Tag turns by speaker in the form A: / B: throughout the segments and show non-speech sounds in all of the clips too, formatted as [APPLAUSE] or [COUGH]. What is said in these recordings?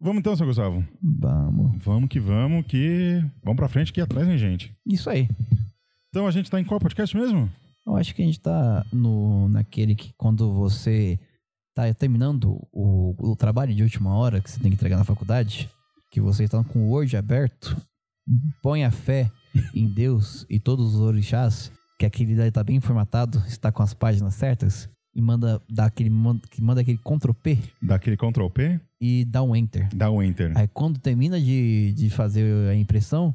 A: Vamos então, seu Gustavo.
B: Vamos.
A: Vamos que vamos, que vamos pra frente, que atrás vem gente.
B: Isso aí.
A: Então a gente tá em qual podcast mesmo?
B: Eu acho que a gente tá no, naquele que quando você tá terminando o, o trabalho de última hora que você tem que entregar na faculdade, que você está com o Word aberto, põe a fé em Deus e todos os orixás, que aquele daí tá bem formatado, está com as páginas certas, e manda dar aquele, manda aquele Ctrl P
A: Dá aquele Ctrl P,
B: e dá um Enter.
A: dá o Enter.
B: Aí quando termina de, de fazer a impressão,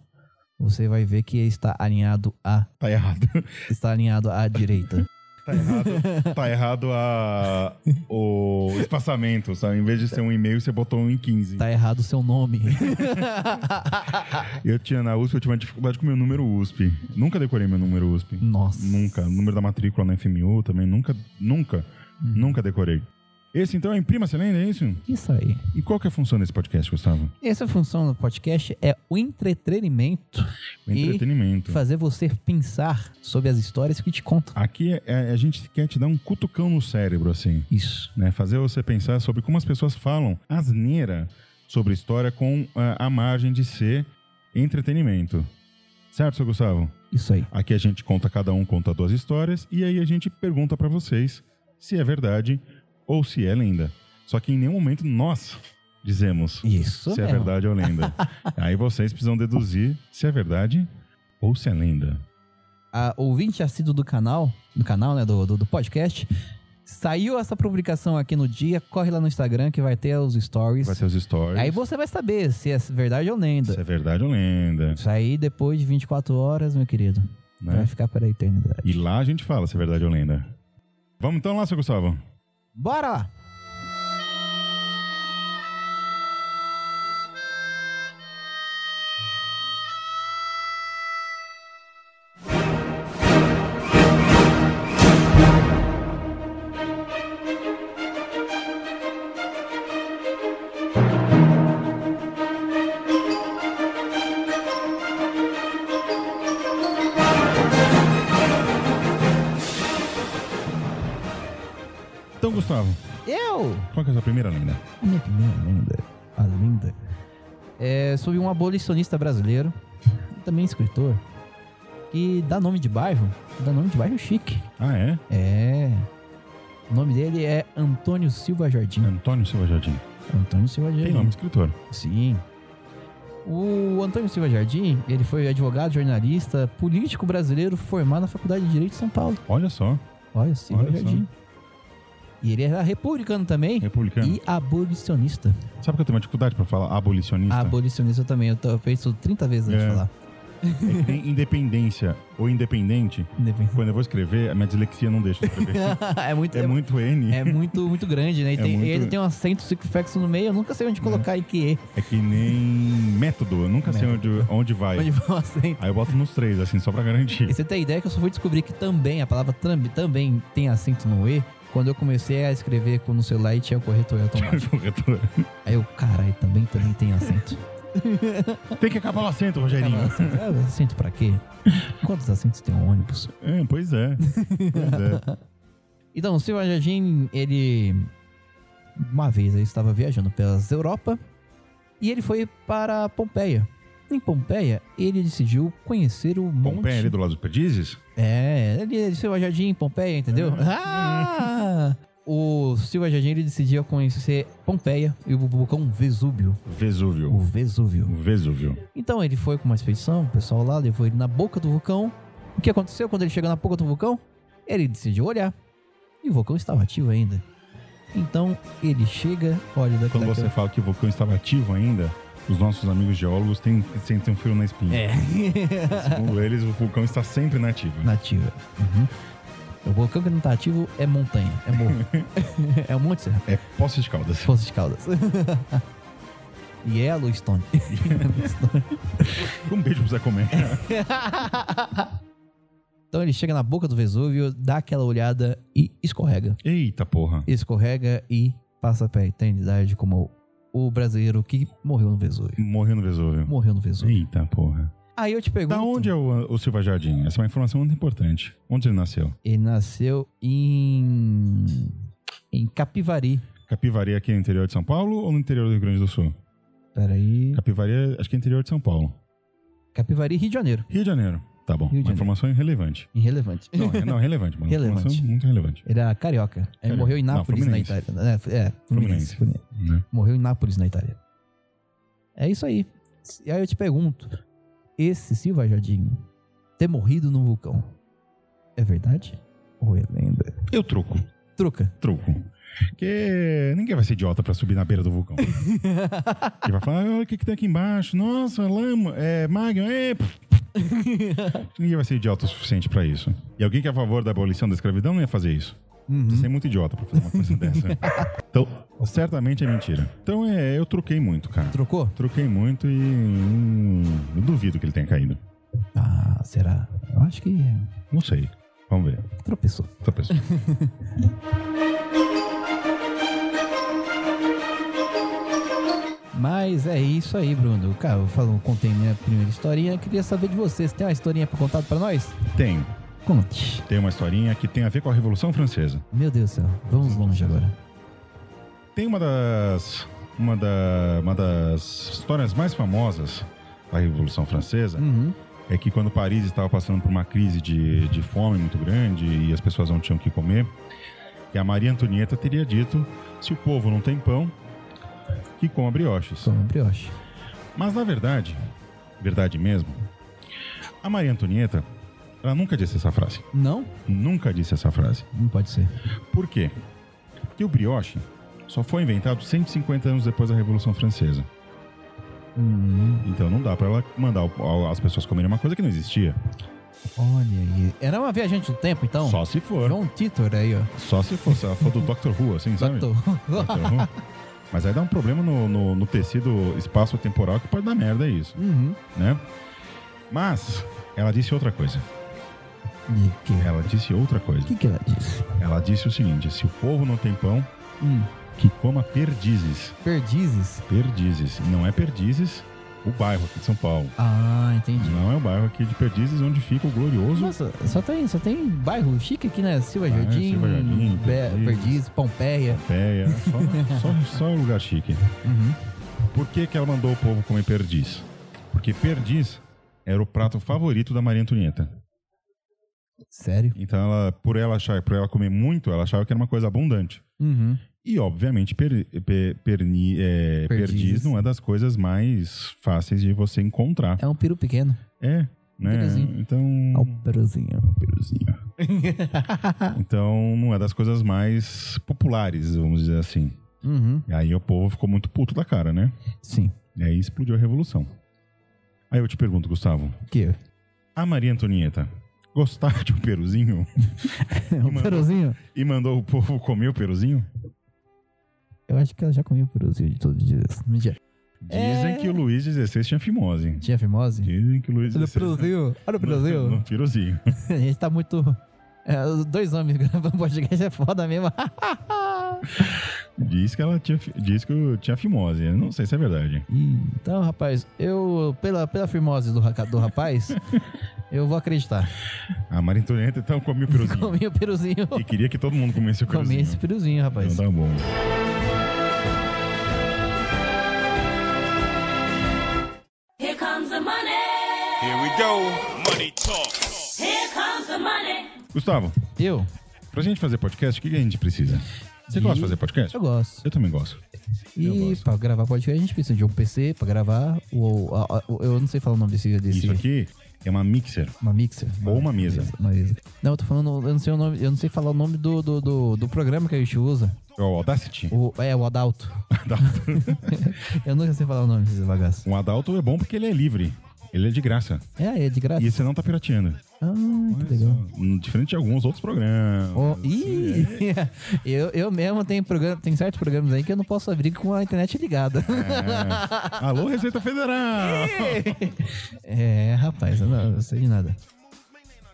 B: você vai ver que está alinhado a
A: Tá errado.
B: está alinhado à direita.
A: Tá errado, tá errado a, o espaçamento, sabe? Em vez de ser um e-mail, você botou um em 15.
B: Tá errado o seu
A: [LAUGHS]
B: nome.
A: Eu tinha na USP, eu tive uma dificuldade com meu número USP. Nunca decorei meu número USP.
B: Nossa.
A: Nunca. O número da matrícula na FMU também, nunca, nunca, nunca decorei. Esse então é imprima lenda, é isso?
B: Isso aí.
A: E qual que é a função desse podcast, Gustavo?
B: Essa função do podcast é o entretenimento,
A: O
B: E
A: entretenimento.
B: fazer você pensar sobre as histórias que te contam.
A: Aqui é- é- a gente quer te dar um cutucão no cérebro, assim,
B: Isso.
A: né? Fazer você pensar sobre como as pessoas falam asneira sobre história com ah, a margem de ser entretenimento. Certo, seu Gustavo?
B: Isso aí.
A: Aqui a gente conta, cada um conta duas histórias, e aí a gente pergunta pra vocês se é verdade ou se é lenda. Só que em nenhum momento nós dizemos
B: Isso
A: se é
B: mesmo.
A: verdade ou
B: [LAUGHS]
A: lenda. aí vocês precisam deduzir se é verdade ou se é lenda.
B: A ouvinte assíduo do canal, do canal, né, do, do, do podcast, saiu essa publicação aqui no dia, corre lá no Instagram que vai ter os stories.
A: Vai ser os stories.
B: Aí você vai saber se é verdade ou lenda.
A: Se é verdade ou lenda.
B: Isso aí depois de 24 horas, meu querido.
A: né?
B: Vai ficar para a eternidade.
A: E lá a gente fala se é verdade ou lenda. Vamos então lá, seu Gustavo.
B: Bora lá!
A: Então, Gustavo,
B: [LAUGHS] Eu!
A: qual que é a sua primeira lenda?
B: A minha primeira lenda, a lenda, é sobre um abolicionista brasileiro, e também escritor, que dá nome de bairro, dá nome de bairro chique.
A: Ah, é?
B: É. O nome dele é Antônio Silva Jardim.
A: Antônio Silva Jardim.
B: Antônio Silva Jardim.
A: Tem nome de escritor.
B: Sim. O Antônio Silva Jardim, ele foi advogado, jornalista, político brasileiro formado na Faculdade de Direito de São Paulo.
A: Olha só,
B: Olha, Silva
A: Olha só.
B: Jardim. E ele era republicano também
A: republicano.
B: e abolicionista.
A: Sabe que eu tenho uma dificuldade pra falar abolicionista?
B: Abolicionista também, eu, tô- eu penso 30 vezes antes
A: É.
B: de falar.
A: É que nem independência ou independente.
B: Independente.
A: Quando eu vou escrever, a minha dislexia não deixa eu [LAUGHS] escrever.
B: [LAUGHS] é muito,
A: É
B: é,
A: muito N.
B: é muito, muito grande, né? E
A: É
B: tem-
A: muito-
B: Ele tem um acento circunflexo no meio, eu nunca sei onde colocar e que é.
A: É que nem método. Eu nunca sei onde, onde vai.
B: Onde vai o acento.
A: Aí eu boto nos três, assim, só pra
B: E
A: garantir.
B: você tem a ideia que eu só fui descobrir que também, a palavra tramb, também tem acento no E, quando eu comecei a escrever com- no celular e tinha o corretor
A: [LAUGHS]
B: automático.
A: Tipo, Corretor.
B: Aí eu, caralho, também, também tem acento.
A: Tem que acabar o acento, Rogerinho.
B: Ah, acento pra quê? Quantos acentos tem um ônibus?
A: É, pois é. [LAUGHS] Pois é.
B: Então, o Silva Jardim, ele. Uma vez ele estava viajando pelas Europa e ele foi para Pompeia. Em Pompeia, ele decidiu conhecer o Monte.
A: Pompeia ali do lado dos perdizes?
B: É, ele, Silva Jardim, Pompeia, entendeu?
A: É.
B: Ah! O Silva Jardim ele decidiu conhecer Pompeia e o vulcão Vesúvio. O
A: Vesúvio.
B: Vesúvio.
A: O Vesúvio.
B: Então ele foi com uma expedição, o pessoal lá levou ele na boca do vulcão. O que aconteceu quando ele chegou na boca do vulcão? Ele decidiu olhar. E o vulcão estava ativo ainda. Então ele chega, olha daqui
A: Quando
B: daqui-
A: você fala que o vulcão estava ativo ainda, os nossos amigos geólogos têm, sentem um frio na espinha.
B: É, [LAUGHS]
A: Segundo eles, o vulcão está sempre nativo.
B: nativa. Uhum. O vulcão que não está ativo é montanha, é morro.
A: [LAUGHS]
B: é um monte de serra.
A: É Poços de Caldas.
B: Poço de Caldas. [LAUGHS] e é a
A: [LAUGHS]
B: Stone.
A: [LAUGHS] Um beijo pro Zé
B: [LAUGHS]
A: Comédia.
B: então ele chega na boca do Vesúvio, dá aquela olhada e escorrega.
A: Eita porra.
B: escorrega e passa pra eternidade como o brasileiro que morreu no Vesúvio.
A: Morreu no Vesúvio.
B: Morreu no Vesúvio.
A: Eita porra.
B: Aí eu te pergunto.
A: Da onde é o, o Silva Jardim? Essa é uma informação muito importante. Onde ele nasceu?
B: Ele nasceu em em Capivari.
A: é Capivari aqui no interior de São Paulo ou no interior do Rio Grande do Sul?
B: Peraí.
A: Capivari é, acho que é interior de São Paulo.
B: Capivari, Rio de Janeiro.
A: Rio de Janeiro. Tá bom.
B: Rio de
A: Uma informação irrelevante.
B: Irrelevante.
A: Não, é- não, é relevante, mano.
B: Relevante.
A: Uma informação muito relevante.
B: Ele era carioca. Ele
A: Carioca.
B: morreu em
A: Não,
B: Nápoles, na
A: Fluminense.
B: Itália. É, é Fluminense.
A: Fluminense.
B: Fluminense.
A: Né?
B: Morreu em Nápoles, na Itália. É isso aí. E aí eu te pergunto: esse Silva Jardim ter morrido num vulcão é verdade ou é lenda?
A: Eu troco.
B: Truca.
A: Troco. Porque ninguém vai ser idiota pra subir na beira do vulcão. e vai falar, olha o que, que tem aqui embaixo. Nossa, lama, é magma, é... pff, pff." ninguém vai ser idiota o suficiente pra isso. E alguém que é a favor da abolição da escravidão não ia fazer isso. Você é muito idiota pra fazer uma coisa dessa. Então, certamente é mentira. Então, é, eu troquei muito, cara.
B: Trocou?
A: Troquei muito e hum, eu duvido que ele tenha caído.
B: Ah, será? Eu acho que
A: Não sei. Vamos ver.
B: tropeçou.
A: Outra pessoa.
B: Mas é isso aí, Bruno. Cara, eu falo, contei minha primeira historinha. Eu queria saber de vocês. Tem uma historinha pra contar pra nós?
A: Tem.
B: Conte.
A: Tem uma historinha que tem a ver com a Revolução Francesa.
B: Meu Deus do céu. Vamos longe agora.
A: Tem uma das. Uma, da, uma das histórias mais famosas da Revolução Francesa
B: Uhum.
A: é que quando Paris estava passando por uma crise de, de fome muito grande e as pessoas não tinham o que comer, que a Maria Antonieta teria dito: se o povo não tem pão, que coma brioches.
B: Sou um brioche.
A: Mas na verdade, verdade mesmo, a Maria Antonieta, ela nunca disse essa frase.
B: Não?
A: Nunca disse essa frase.
B: Não pode ser.
A: Por quê? Porque o brioche só foi inventado 150 anos depois da Revolução Francesa.
B: Hum,
A: Então não dá pra ela mandar o- as pessoas comerem uma coisa que não existia.
B: olha aí. Era uma viajante do tempo, então?
A: só se for.
B: John Titor aí, ó.
A: Só se fosse ela for do Dr. Who, assim, sabe?
B: Doctor.
A: Dr. Who. Mas aí dá um problema no, no, no tecido espaço-temporal que pode dar merda é isso,
B: Uhum.
A: né? Mas ela disse outra coisa.
B: E que?
A: Ela disse outra coisa.
B: O que, que ela disse?
A: Ela disse o seguinte: se o povo não tem pão,
B: Hum,
A: que coma perdizes.
B: perdizes?
A: Perdizes. E Não é perdizes o bairro aqui de São Paulo.
B: Ah, entendi.
A: Não é o bairro aqui de Perdizes onde fica o glorioso.
B: Nossa, só tem, só tem bairro chique aqui, né? Silva
A: Ah,
B: Jardim,
A: Silva Jardim,
B: Be-
A: Perdizes.
B: Perdizes, Pompeia.
A: É, é só, só, só lugar chique.
B: Uhum.
A: Por que, que ela mandou o povo comer perdiz? Porque perdiz era o prato favorito da Maria Antonieta.
B: Sério?
A: Então, ela, por ela achar, por ela comer muito, ela achava que era uma coisa abundante.
B: Uhum.
A: E, obviamente, per- pe- perni- é,
B: Perdizes.
A: perdiz não é das coisas mais fáceis de você encontrar.
B: É um peru pequeno.
A: É, né?
B: Peruzinho.
A: Então.
B: É um [LAUGHS] peruzinho.
A: Peruzinho. Então, não é das coisas mais populares, vamos dizer assim.
B: uhum.
A: E aí o povo ficou muito puto da cara, né?
B: Sim.
A: E aí explodiu a revolução. Aí eu te pergunto, Gustavo,
B: O quê?
A: a Maria Antonieta gostava de um peruzinho
B: É um
A: Uma-
B: peruzinho?
A: e mandou o povo comer o peruzinho?
B: Eu acho que ela já comeu peruzinho de todos os dias. Mentira.
A: Dizem
B: É.
A: que o Luiz XVI tinha fimose.
B: Tinha fimose?
A: Dizem que o Luiz
B: Olha o
A: XVI...
B: peruzinho. Olha o peruzinho.
A: No peruzinho.
B: [LAUGHS] A gente tá muito. É, os dois homens [LAUGHS] gravando podcast é foda mesmo. [LAUGHS]
A: Diz que ela tinha, fi- diz que eu tinha fimose. Eu não sei se é verdade.
B: Ih, então, rapaz, eu, pela, pela firmose do, raca- do [LAUGHS] rapaz, eu vou acreditar.
A: A Maria Antonieta então comia o peruzinho.
B: Comi o peruzinho.
A: e queria que todo mundo comesse o
B: Comi
A: peruzinho.
B: esse peruzinho, rapaz.
A: Então tá bom.
C: Here comes the money.
D: Here we go. Money talk.
C: Here comes the money.
A: Gustavo,
B: Eu?
A: pra gente fazer podcast, o que que a gente precisa? Você gosta de fazer podcast?
B: Eu gosto.
A: Eu também gosto.
B: E pra gravar podcast, a gente precisa de um PC pra gravar. Ou, a- a- o- eu não sei falar o nome desse. desse
A: Isso aqui é uma mixer.
B: Uma mixer?
A: Ou uma mesa.
B: Uma mesa. Não, eu tô falando, eu não sei o nome, eu não sei falar o nome do, do, do, do programa que a gente usa.
A: É o Audacity.
B: O, é, o Adalto. [LAUGHS] eu nunca sei falar o nome desses bagaços.
A: Um Adalto é bom porque ele é livre. Ele é de graça.
B: É, é de graça.
A: E você não tá pirateando.
B: Ah, que legal.
A: Hum, Diferente de alguns outros programas.
B: Ó, ih, [LAUGHS] eu, eu mesmo tenho programa, tem certos programas aí que eu não posso abrir com a internet ligada.
A: É.
B: [LAUGHS]
A: Alô, Receita Federal!
B: É, rapaz, eu não, eu sei de nada.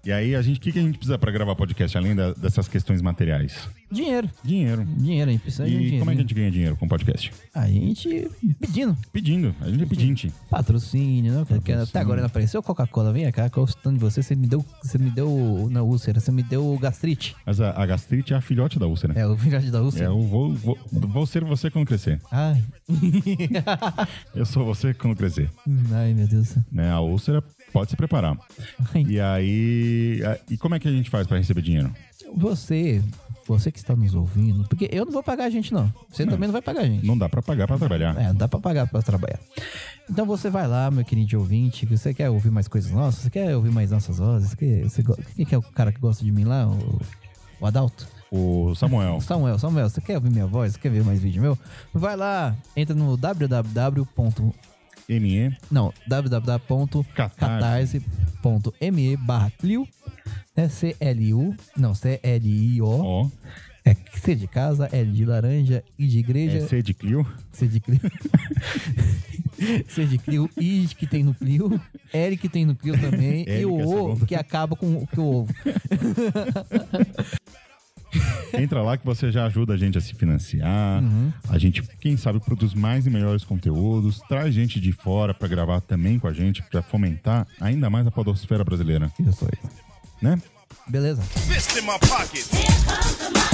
A: E aí, a gente, o que, que a gente precisa pra gravar podcast, além da- dessas questões materiais?
B: Dinheiro.
A: Dinheiro.
B: Dinheiro, a gente precisa de um
A: E
B: dinheiro.
A: como é que a gente ganha dinheiro com podcast?
B: A gente pedindo
A: Pedindo. A gente é pedinte.
B: patrocínio, né? Porque até agora não apareceu Coca-Cola. Vem cá, que eu estou de você. Você me deu, você me deu na úlcera, você me deu gastrite.
A: Mas a, a gastrite é a filhote da úlcera.
B: É, o virado da
A: É,
B: úlcera.
A: eu vou, vou, vou ser você quando crescer.
B: Ai. [LAUGHS]
A: Eu sou você quando crescer.
B: Ai, meu Deus.
A: Né? A úlcera pode se preparar.
B: Ai.
A: E aí. a- E como é que a gente faz pra receber dinheiro?
B: Você, você que está nos ouvindo, porque eu não vou pagar a gente, não. Você também não vai pagar a gente.
A: Não dá pra pagar pra trabalhar.
B: É, não dá pra pagar pra trabalhar. Então você vai lá, meu querido ouvinte, que você quer ouvir mais coisas nossas, você quer ouvir mais nossas vozes, que você, go- quem que é o cara que gosta de mim lá, o, o Adalto?
A: O Samuel.
B: Samuel, Samuel, você quer ouvir minha voz? Você quer ver mais vídeo meu? Vai lá, entra no www.
A: ME.
B: Não, www.catarse.me barra Clio, né, C-L-U, não, C-L-I-O,
A: Ó.
B: é C de casa, L de laranja, I de igreja,
A: É C de Clio.
B: C de Clio. [LAUGHS] C de Clio, I que tem no Clio, L que tem no Clio também,
A: [LAUGHS] L
B: e o
A: que é
B: O
A: segunda.
B: que acaba com o que
A: [LAUGHS]
B: o ovo.
A: Entra lá que você já ajuda a gente a se financiar. A gente, quem sabe, produz mais e melhores conteúdos. Traz gente de fora pra gravar também com a gente, pra fomentar ainda mais a podosfera brasileira,
B: Isso
A: né?
B: Beleza?
D: Fist in my pocket.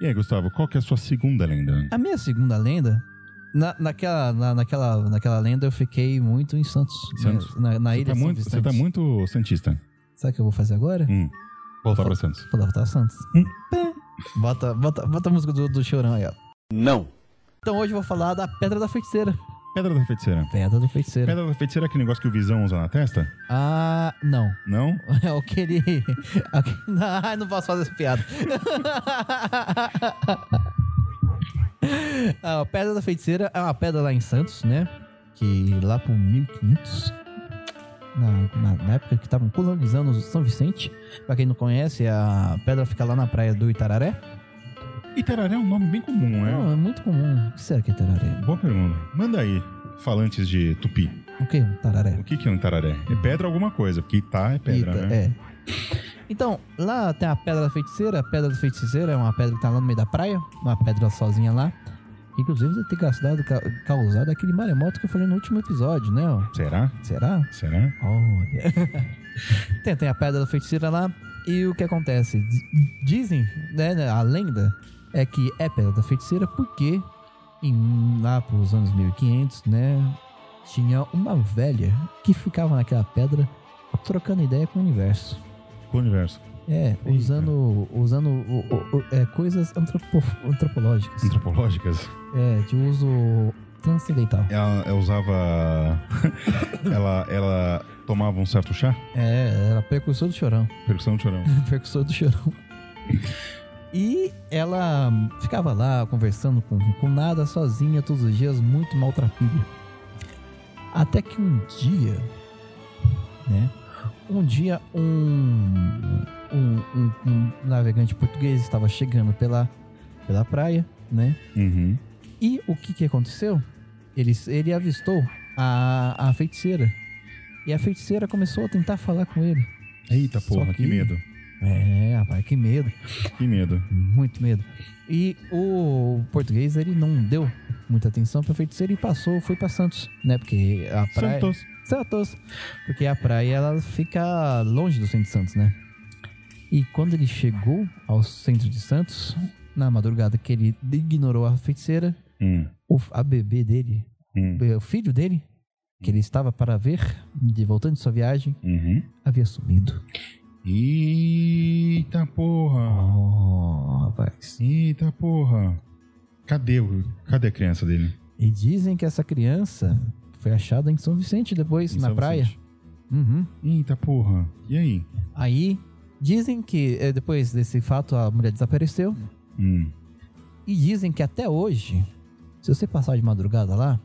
A: E aí, Gustavo, qual que é a sua segunda lenda?
B: A minha segunda lenda, na, naquela, na- naquela, naquela lenda eu fiquei muito em Santos.
A: Santos?
B: Na, na
A: Você
B: ilha
A: tá,
B: de São
A: muito, você
B: Vicente.
A: tá muito santista.
B: Sabe o que eu vou fazer agora?
A: Hum. Voltar
B: Vou
A: pra
B: fa-
A: Santos.
B: Vou lá voltar a Santos.
A: Hum.
B: Pé. Bota, bota, bota a música do, do Chorão aí, ó.
D: Não.
B: Então hoje eu vou falar da Pedra da Feiticeira.
A: Pedra da Feiticeira.
B: Pedra do Feiticeiro.
A: Pedra da Feiticeira é aquele negócio que o Visão usa na testa?
B: Ah, não.
A: Não?
B: É o que ele. é o que- [LAUGHS] Ai, não posso fazer essa piada. [LAUGHS] Ah, a pedra da feiticeira é uma pedra lá em Santos, né? Que lá por 1500. Na, na- na época que estavam colonizando o São Vicente. Pra quem não conhece, a pedra fica lá na praia do Itararé.
A: Itararé é um nome bem comum, né?
B: Não, é muito comum. O que será que é Itararé?
A: Boa pergunta. Manda aí, falantes de tupi.
B: O que é um Tararé?
A: O que, que é um Itararé? É pedra alguma coisa, porque Itá é pedra,
B: Eita,
A: né?
B: É. Então, lá tem a Pedra da Feiticeira. A Pedra da Feiticeira é uma pedra que tá lá no meio da praia. Uma pedra sozinha lá. Inclusive, deve ter gastado, ca- causado aquele maremoto que eu falei no último episódio, né? ó.
A: Será?
B: Será?
A: Será? [LAUGHS]
B: Olha. tem, tem a Pedra da Feiticeira lá. E o que acontece? D- Dizem, né, né, a lenda é que é Pedra da Feiticeira porque em, lá pros anos 1500, né, tinha uma velha que ficava naquela pedra trocando ideia com o universo.
A: Com o universo.
B: É, usando, usando o- o- o- é, coisas antropo- antropológicas.
A: Antropológicas.
B: É, de uso transcendental.
A: Ela, ela usava. [LAUGHS] ela, ela tomava um certo chá?
B: É, era precursor do chorão. [LAUGHS]
A: Percussão de chorão.
B: precursor do chorão. E ela ficava lá conversando com, com nada, sozinha, todos os dias, muito maltrapilha. Até que um dia, né? Um dia um, um, um- um navegante português estava chegando pela, pela praia, né?
A: Uhum.
B: E o que que aconteceu? Ele, ele avistou a, a feiticeira. E a feiticeira começou a tentar falar com ele.
A: Eita
B: Só
A: porra, que
B: que-
A: medo.
B: É, rapaz, que medo.
A: Que medo.
B: Muito medo. E o português, ele não deu muita atenção pra feiticeira e passou, foi pra Santos, né? Porque a praia...
A: Santos.
B: Santos. Porque a praia, ela fica longe do centro de Santos, né? E quando ele chegou ao centro de Santos, na madrugada que ele ignorou a feiticeira,
A: Hum,
B: o, a bebê dele,
A: hum,
B: o filho dele, que ele estava para ver, de voltando de sua viagem,
A: uhum.
B: havia sumido.
A: Eita porra.
B: Oh, rapaz.
A: Eita porra. Cadê, o, cadê a criança dele?
B: E dizem que essa criança foi achada em São Vicente depois,
A: Em
B: na
A: São
B: praia.
A: Vicente.
B: Uhum.
A: assim. Eita porra. E aí?
B: Aí, dizem que eh, depois desse fato a mulher desapareceu.
A: Hum.
B: E dizem que até hoje, se você passar de madrugada lá,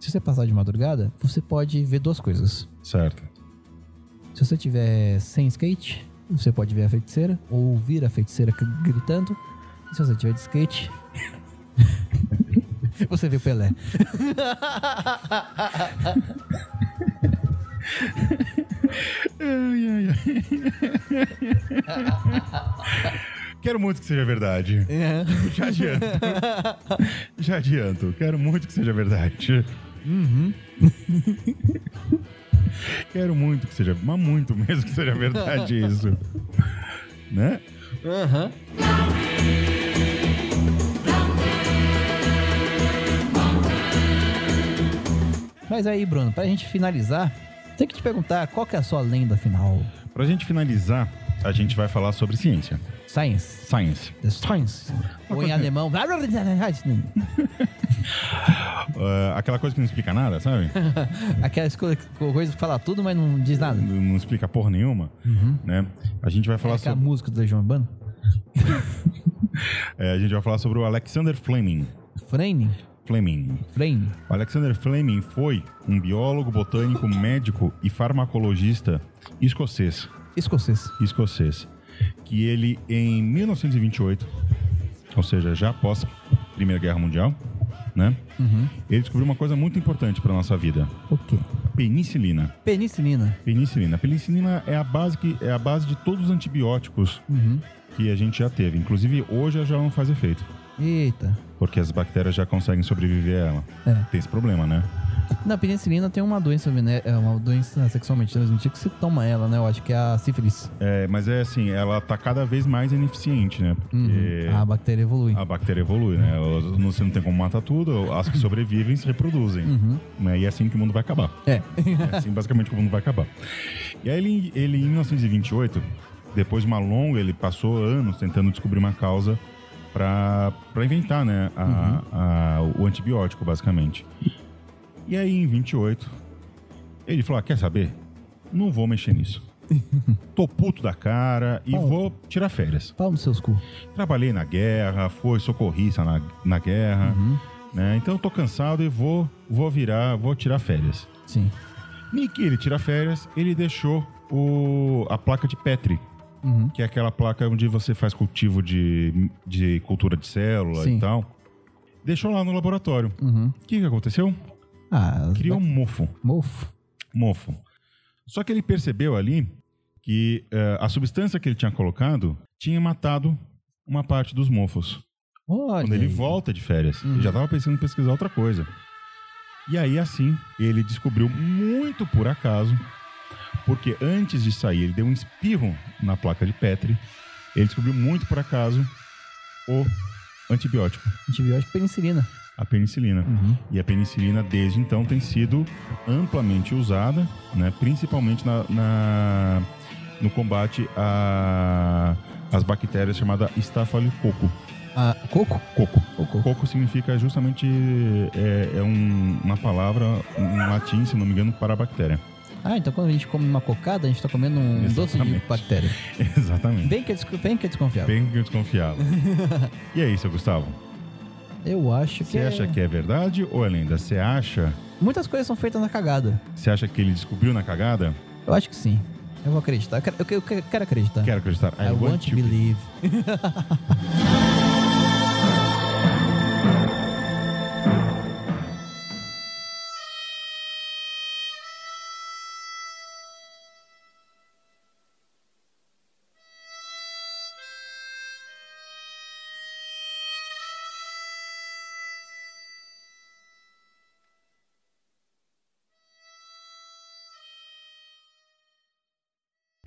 B: se você passar de madrugada, você pode ver duas coisas.
A: Certo.
B: Se você tiver sem skate, você pode ver a feiticeira, ou ouvir a feiticeira gr- gritando. E se você tiver de skate. [LAUGHS] Você viu Pelé.
A: Ai, ai, ai. [LAUGHS] Quero muito que seja verdade.
B: É.
A: Já adianto. Já adianto. Quero muito que seja verdade.
B: Uhum.
A: [LAUGHS] Quero muito que seja, mas muito mesmo que seja verdade isso. Né?
B: Aham. Mas aí, Bruno, pra gente finalizar, tem que te perguntar qual que é a sua lenda final?
A: Pra gente finalizar, a gente vai falar sobre ciência.
B: Science.
A: Science.
B: The Science. Ou em alemão. [LAUGHS]
A: Ah, aquela coisa que não explica nada,
B: [LAUGHS]
A: sabe?
B: Aquelas coisas que coisa que fala tudo, mas não diz nada.
A: não não explica porra nenhuma. Né? A gente vai falar
B: Uhum. É a
A: sobre.
B: música do Legião Urbana.
A: é, a gente vai falar sobre o Alexander Fleming.
B: Frame.
A: Fleming.
B: Frame.
A: O Alexander Fleming foi um biólogo, botânico, médico e farmacologista escocês,
B: Escocês.
A: escocês, que ele em 1928, ou seja, já após a Primeira Guerra Mundial, né? Ele descobriu uma coisa muito importante para nossa vida:
B: O quê?
A: penicilina.
B: Penicilina.
A: Penicilina. A penicilina é a base que é a base de todos os antibióticos que a gente já teve. Inclusive hoje ela já não faz efeito,
B: Eita.
A: porque as bactérias já conseguem sobreviver a ela.
B: É.
A: Tem esse problema, né?
B: Na penicilina tem uma doença vené- é uma doença sexualmente transmitida que você toma ela, né? Eu acho que é a sífilis.
A: É, mas é assim, ela tá cada vez mais ineficiente, né? Porque
B: A bactéria evolui.
A: a bactéria evolui, né? Elas- não- Você não tem como matar tudo, as que sobrevivem se reproduzem. Né? E é assim que o mundo vai acabar.
B: Uhum. É.
A: É assim basicamente que o mundo vai acabar. E aí ele, ele, em 1928, depois de uma longa, ele passou anos tentando descobrir uma causa para inventar, né?
B: Uhum.
A: a- a- o antibiótico, basicamente. E aí, em 28, ele falou: ah, quer saber? Não vou mexer
B: [LAUGHS]
A: nisso. Tô puto da cara e
B: Ponto.
A: vou tirar férias.
B: Pau nos seus cu.
A: Trabalhei na guerra, fui socorrista na, na guerra, né? Então tô cansado e vou, vou virar, vou tirar férias.
B: Sim.
A: Nick, ele tira férias, ele deixou o, a placa de Petri. Que é aquela placa onde você faz cultivo de, de cultura de célula
B: Sim.
A: e tal. Deixou lá no laboratório. O
B: Uhum.
A: que, que aconteceu?
B: Ah, as
A: Criou um
B: bac-
A: mofo.
B: mofo.
A: Mofo. Só que ele percebeu ali que eh, a substância que ele tinha colocado tinha matado uma parte dos mofos.
B: Olha.
A: Quando ele
B: aí. Uhum.
A: volta de férias, ele já estava pensando em pesquisar outra coisa. E aí, assim, ele descobriu muito por acaso, porque antes de sair, ele deu um espirro na placa de Petri. Ele descobriu muito por acaso o antibiótico,
B: Antibiótico penicilina. Uhum.
A: a penicilina. E a penicilina, desde então, tem sido amplamente usada, né, principalmente na, na- no combate a- às bactérias chamadas estafilococo.
B: Ah, coco?
A: Coco.
B: Coco.
A: Coco significa justamente é, é um- uma palavra um latim, se não me engano, para bactéria. [LAUGHS]
B: Ah, então quando a gente come uma cocada, a gente tá comendo um doce de
A: Exatamente.
B: bactéria.
A: Exatamente.
B: Bem que é, desco- bem que é desconfiável.
A: Bem que eu desconfiava. e aí, seu Gustavo?
B: Eu acho que.
A: Você
B: é-
A: acha que é verdade ou é lenda? Você acha,
B: Muitas coisas são feitas na cagada.
A: você acha que ele descobriu na cagada?
B: Eu acho que sim. Eu vou acreditar. Eu quero, eu quero- eu quero acreditar.
A: Quero acreditar.
B: I, want to
A: you.
B: believe.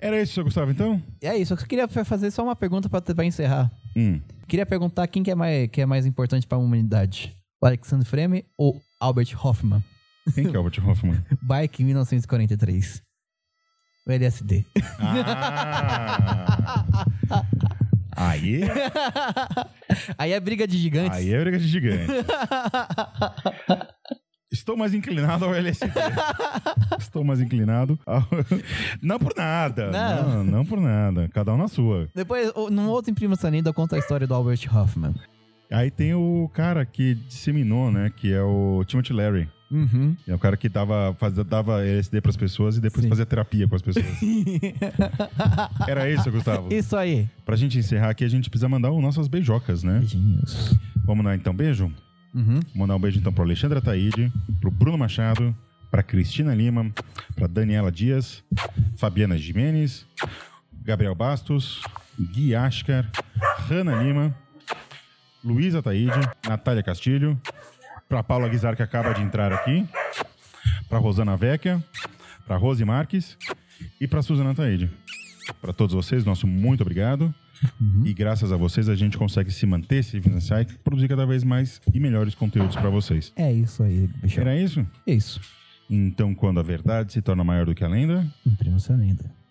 A: Era isso, seu Gustavo, então?
B: É isso. Eu só queria fa- fazer só uma pergunta pra, pra encerrar.
A: Hum.
B: Queria perguntar quem que é mais, que é mais importante pra humanidade. O Alexandre Freme ou Albert Hoffman?
A: Quem que é o Albert Hoffman?
B: Bike 1943. O LSD.
A: Ah! Aí,
B: [LAUGHS] Aí é briga de gigantes.
A: aí é briga de gigante. Estou mais inclinado ao
B: [LAUGHS]
A: LSD. Estou mais inclinado ao... [LAUGHS] Não por nada.
B: Não.
A: Não. não, por nada. Cada um na sua.
B: [LAUGHS] Depois, o- num outro Imprima Essa Lenda, conta a história do Albert Hoffman.
A: Aí tem o cara que disseminou, né? Que é o Timothy Larry. [LAUGHS]
B: Uhum.
A: É o cara que dava, fazia, dava LSD pras pessoas e depois
B: Sim.
A: fazia terapia com as pessoas.
B: [LAUGHS]
A: Era isso, Gustavo.
B: Isso aí.
A: Pra gente encerrar aqui, a gente precisa mandar os nossas beijocas, né?
B: Beijinhos.
A: Vamos lá, então. Beijo.
B: Uhum.
A: Mandar um beijo então pro Alexandre Ataíde, pro Bruno Machado, pra Cristina Lima, pra Daniela Dias, Fabiana Jimenez, Gabriel Bastos, Gui Ashkar, Hanna Lima, Luiz Ataíde, Natália Castilho, pra Paula Guizar que acaba de entrar aqui, pra Rosana Vecchia, pra Rose Marques e pra Suzana Ataíde. Pra todos vocês, nosso muito obrigado. E graças a vocês a gente consegue se manter, se financiar e produzir cada vez mais e melhores conteúdos pra vocês.
B: É isso aí, bichão.
A: Era isso?
B: É isso.
A: Então, quando a verdade se torna maior do que a lenda,
B: Imprima essa lenda.